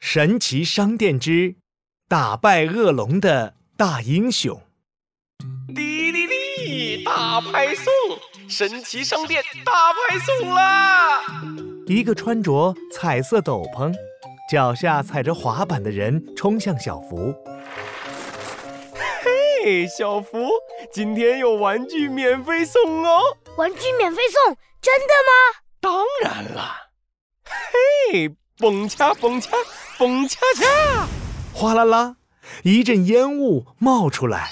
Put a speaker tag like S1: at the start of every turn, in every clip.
S1: 神奇商店之打败恶龙的大英雄。
S2: 滴滴滴，大派送！神奇商店大派送啦！
S1: 一个穿着彩色斗篷、脚下踩着滑板的人冲向小福。
S2: 嘿，小福，今天有玩具免费送哦！
S3: 玩具免费送，真的吗？
S2: 当然啦！嘿，蹦恰蹦恰蹦恰恰！
S1: 哗啦啦，一阵烟雾冒出来，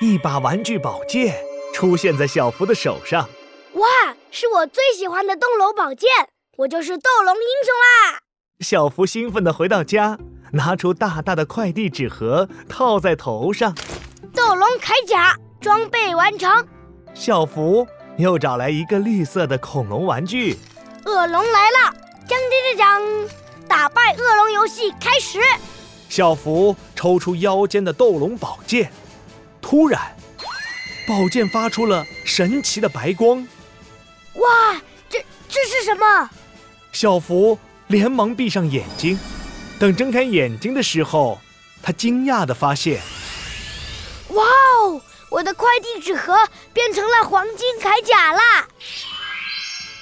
S1: 一把玩具宝剑出现在小福的手上。
S3: 哇，是我最喜欢的斗楼宝剑，我就是斗龙英雄啦！
S1: 小福兴奋地回到家，拿出大大的快递纸盒套在头上。
S3: 斗龙铠甲装备完成，
S1: 小福又找来一个绿色的恐龙玩具。
S3: 恶龙来了！将将将将，打败恶龙游戏开始！
S1: 小福抽出腰间的斗龙宝剑，突然，宝剑发出了神奇的白光。
S3: 哇，这这是什么？
S1: 小福连忙闭上眼睛，等睁开眼睛的时候，他惊讶地发现，
S3: 哇哦，我的快递纸盒变成了黄金铠甲啦！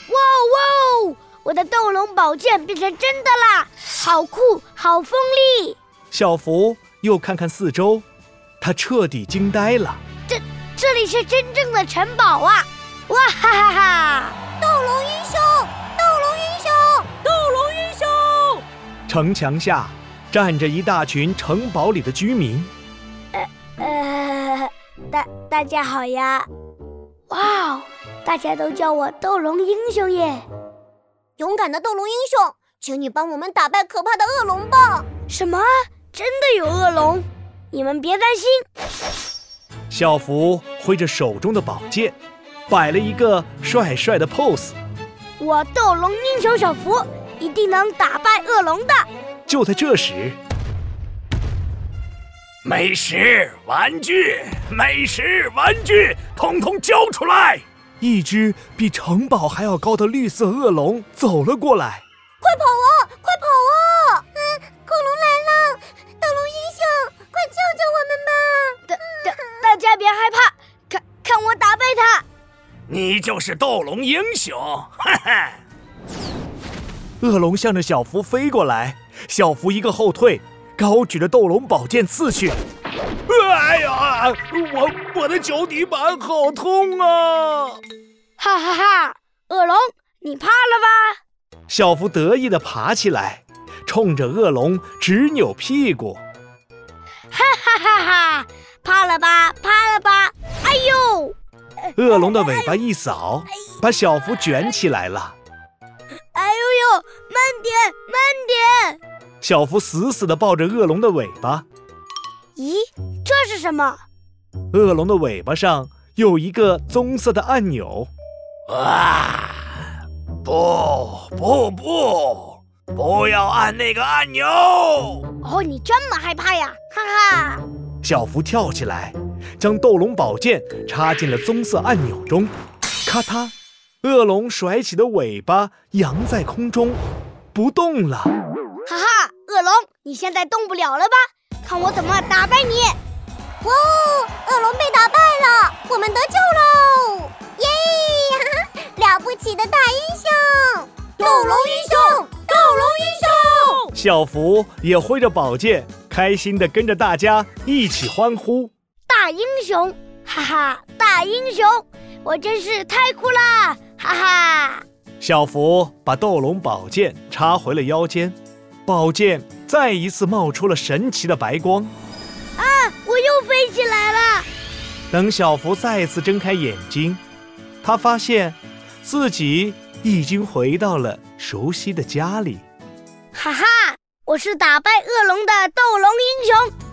S3: 哇哦哇哦，我的斗龙宝剑变成真的啦，好酷，好锋利！
S1: 小福又看看四周，他彻底惊呆了。
S3: 这这里是真正的城堡啊！哇哈哈哈！斗龙英雄，斗龙英雄，斗龙英雄！
S1: 城墙下站着一大群城堡里的居民，
S3: 呃，大大家好呀！哇哦，大家都叫我斗龙英雄耶！
S4: 勇敢的斗龙英雄，请你帮我们打败可怕的恶龙吧！
S3: 什么？真的有恶龙？你们别担心，
S1: 小福挥着手中的宝剑，摆了一个帅帅的 pose。
S3: 我斗龙英雄小福一定能打败恶龙的！
S1: 就在这时，美食、玩具、美食、玩具，统统交出来！一只比城堡还要高的绿色恶龙走了过来。
S4: 快跑啊！快跑啊！嗯，恐龙来了！斗龙英雄，快救救我们吧！
S3: 大大大家别害怕，看看我打败他！
S1: 你就是斗龙英雄，哈哈！恶龙向着小福飞过来，小福一个后退，高举着斗龙宝剑刺去。哎呀，我我的脚底板好痛啊！
S3: 哈哈哈！恶龙，你怕了吧？
S1: 小福得意地爬起来，冲着恶龙直扭屁股。
S3: 哈哈哈！怕了吧，怕了吧！哎呦，
S1: 恶龙的尾巴一扫，把小福卷起来了。
S3: 哎呦呦，慢点，慢点！
S1: 小福死死地抱着恶龙的尾巴，
S3: 咦，这是什么？
S1: 恶龙的尾巴上有一个棕色的按钮。啊！不不不！不要按那个按钮！
S3: 哦，你这么害怕呀？哈哈！
S1: 小福跳起来，将斗龙宝剑插进了棕色按钮中，咔嗒，恶龙甩起的尾巴扬在空中，不动了。
S3: 哈哈，恶龙，你现在动不了了吧？看我怎么打败你！
S4: 哇哦，恶龙被打败了，我们得救喽！耶！ 了不起的大英雄，斗龙英雄，斗龙英雄！
S1: 小福也挥着宝剑，开心地跟着大家一起欢呼。
S3: 大英雄，哈哈，大英雄，我真是太酷啦！哈哈，
S1: 小福把斗龙宝剑插回了腰间，宝剑再一次冒出了神奇的白光。
S3: 我又飞起来了！
S1: 等小福再次睁开眼睛，他发现自己已经回到了熟悉的家里。
S3: 哈哈，我是打败恶龙的斗龙英雄，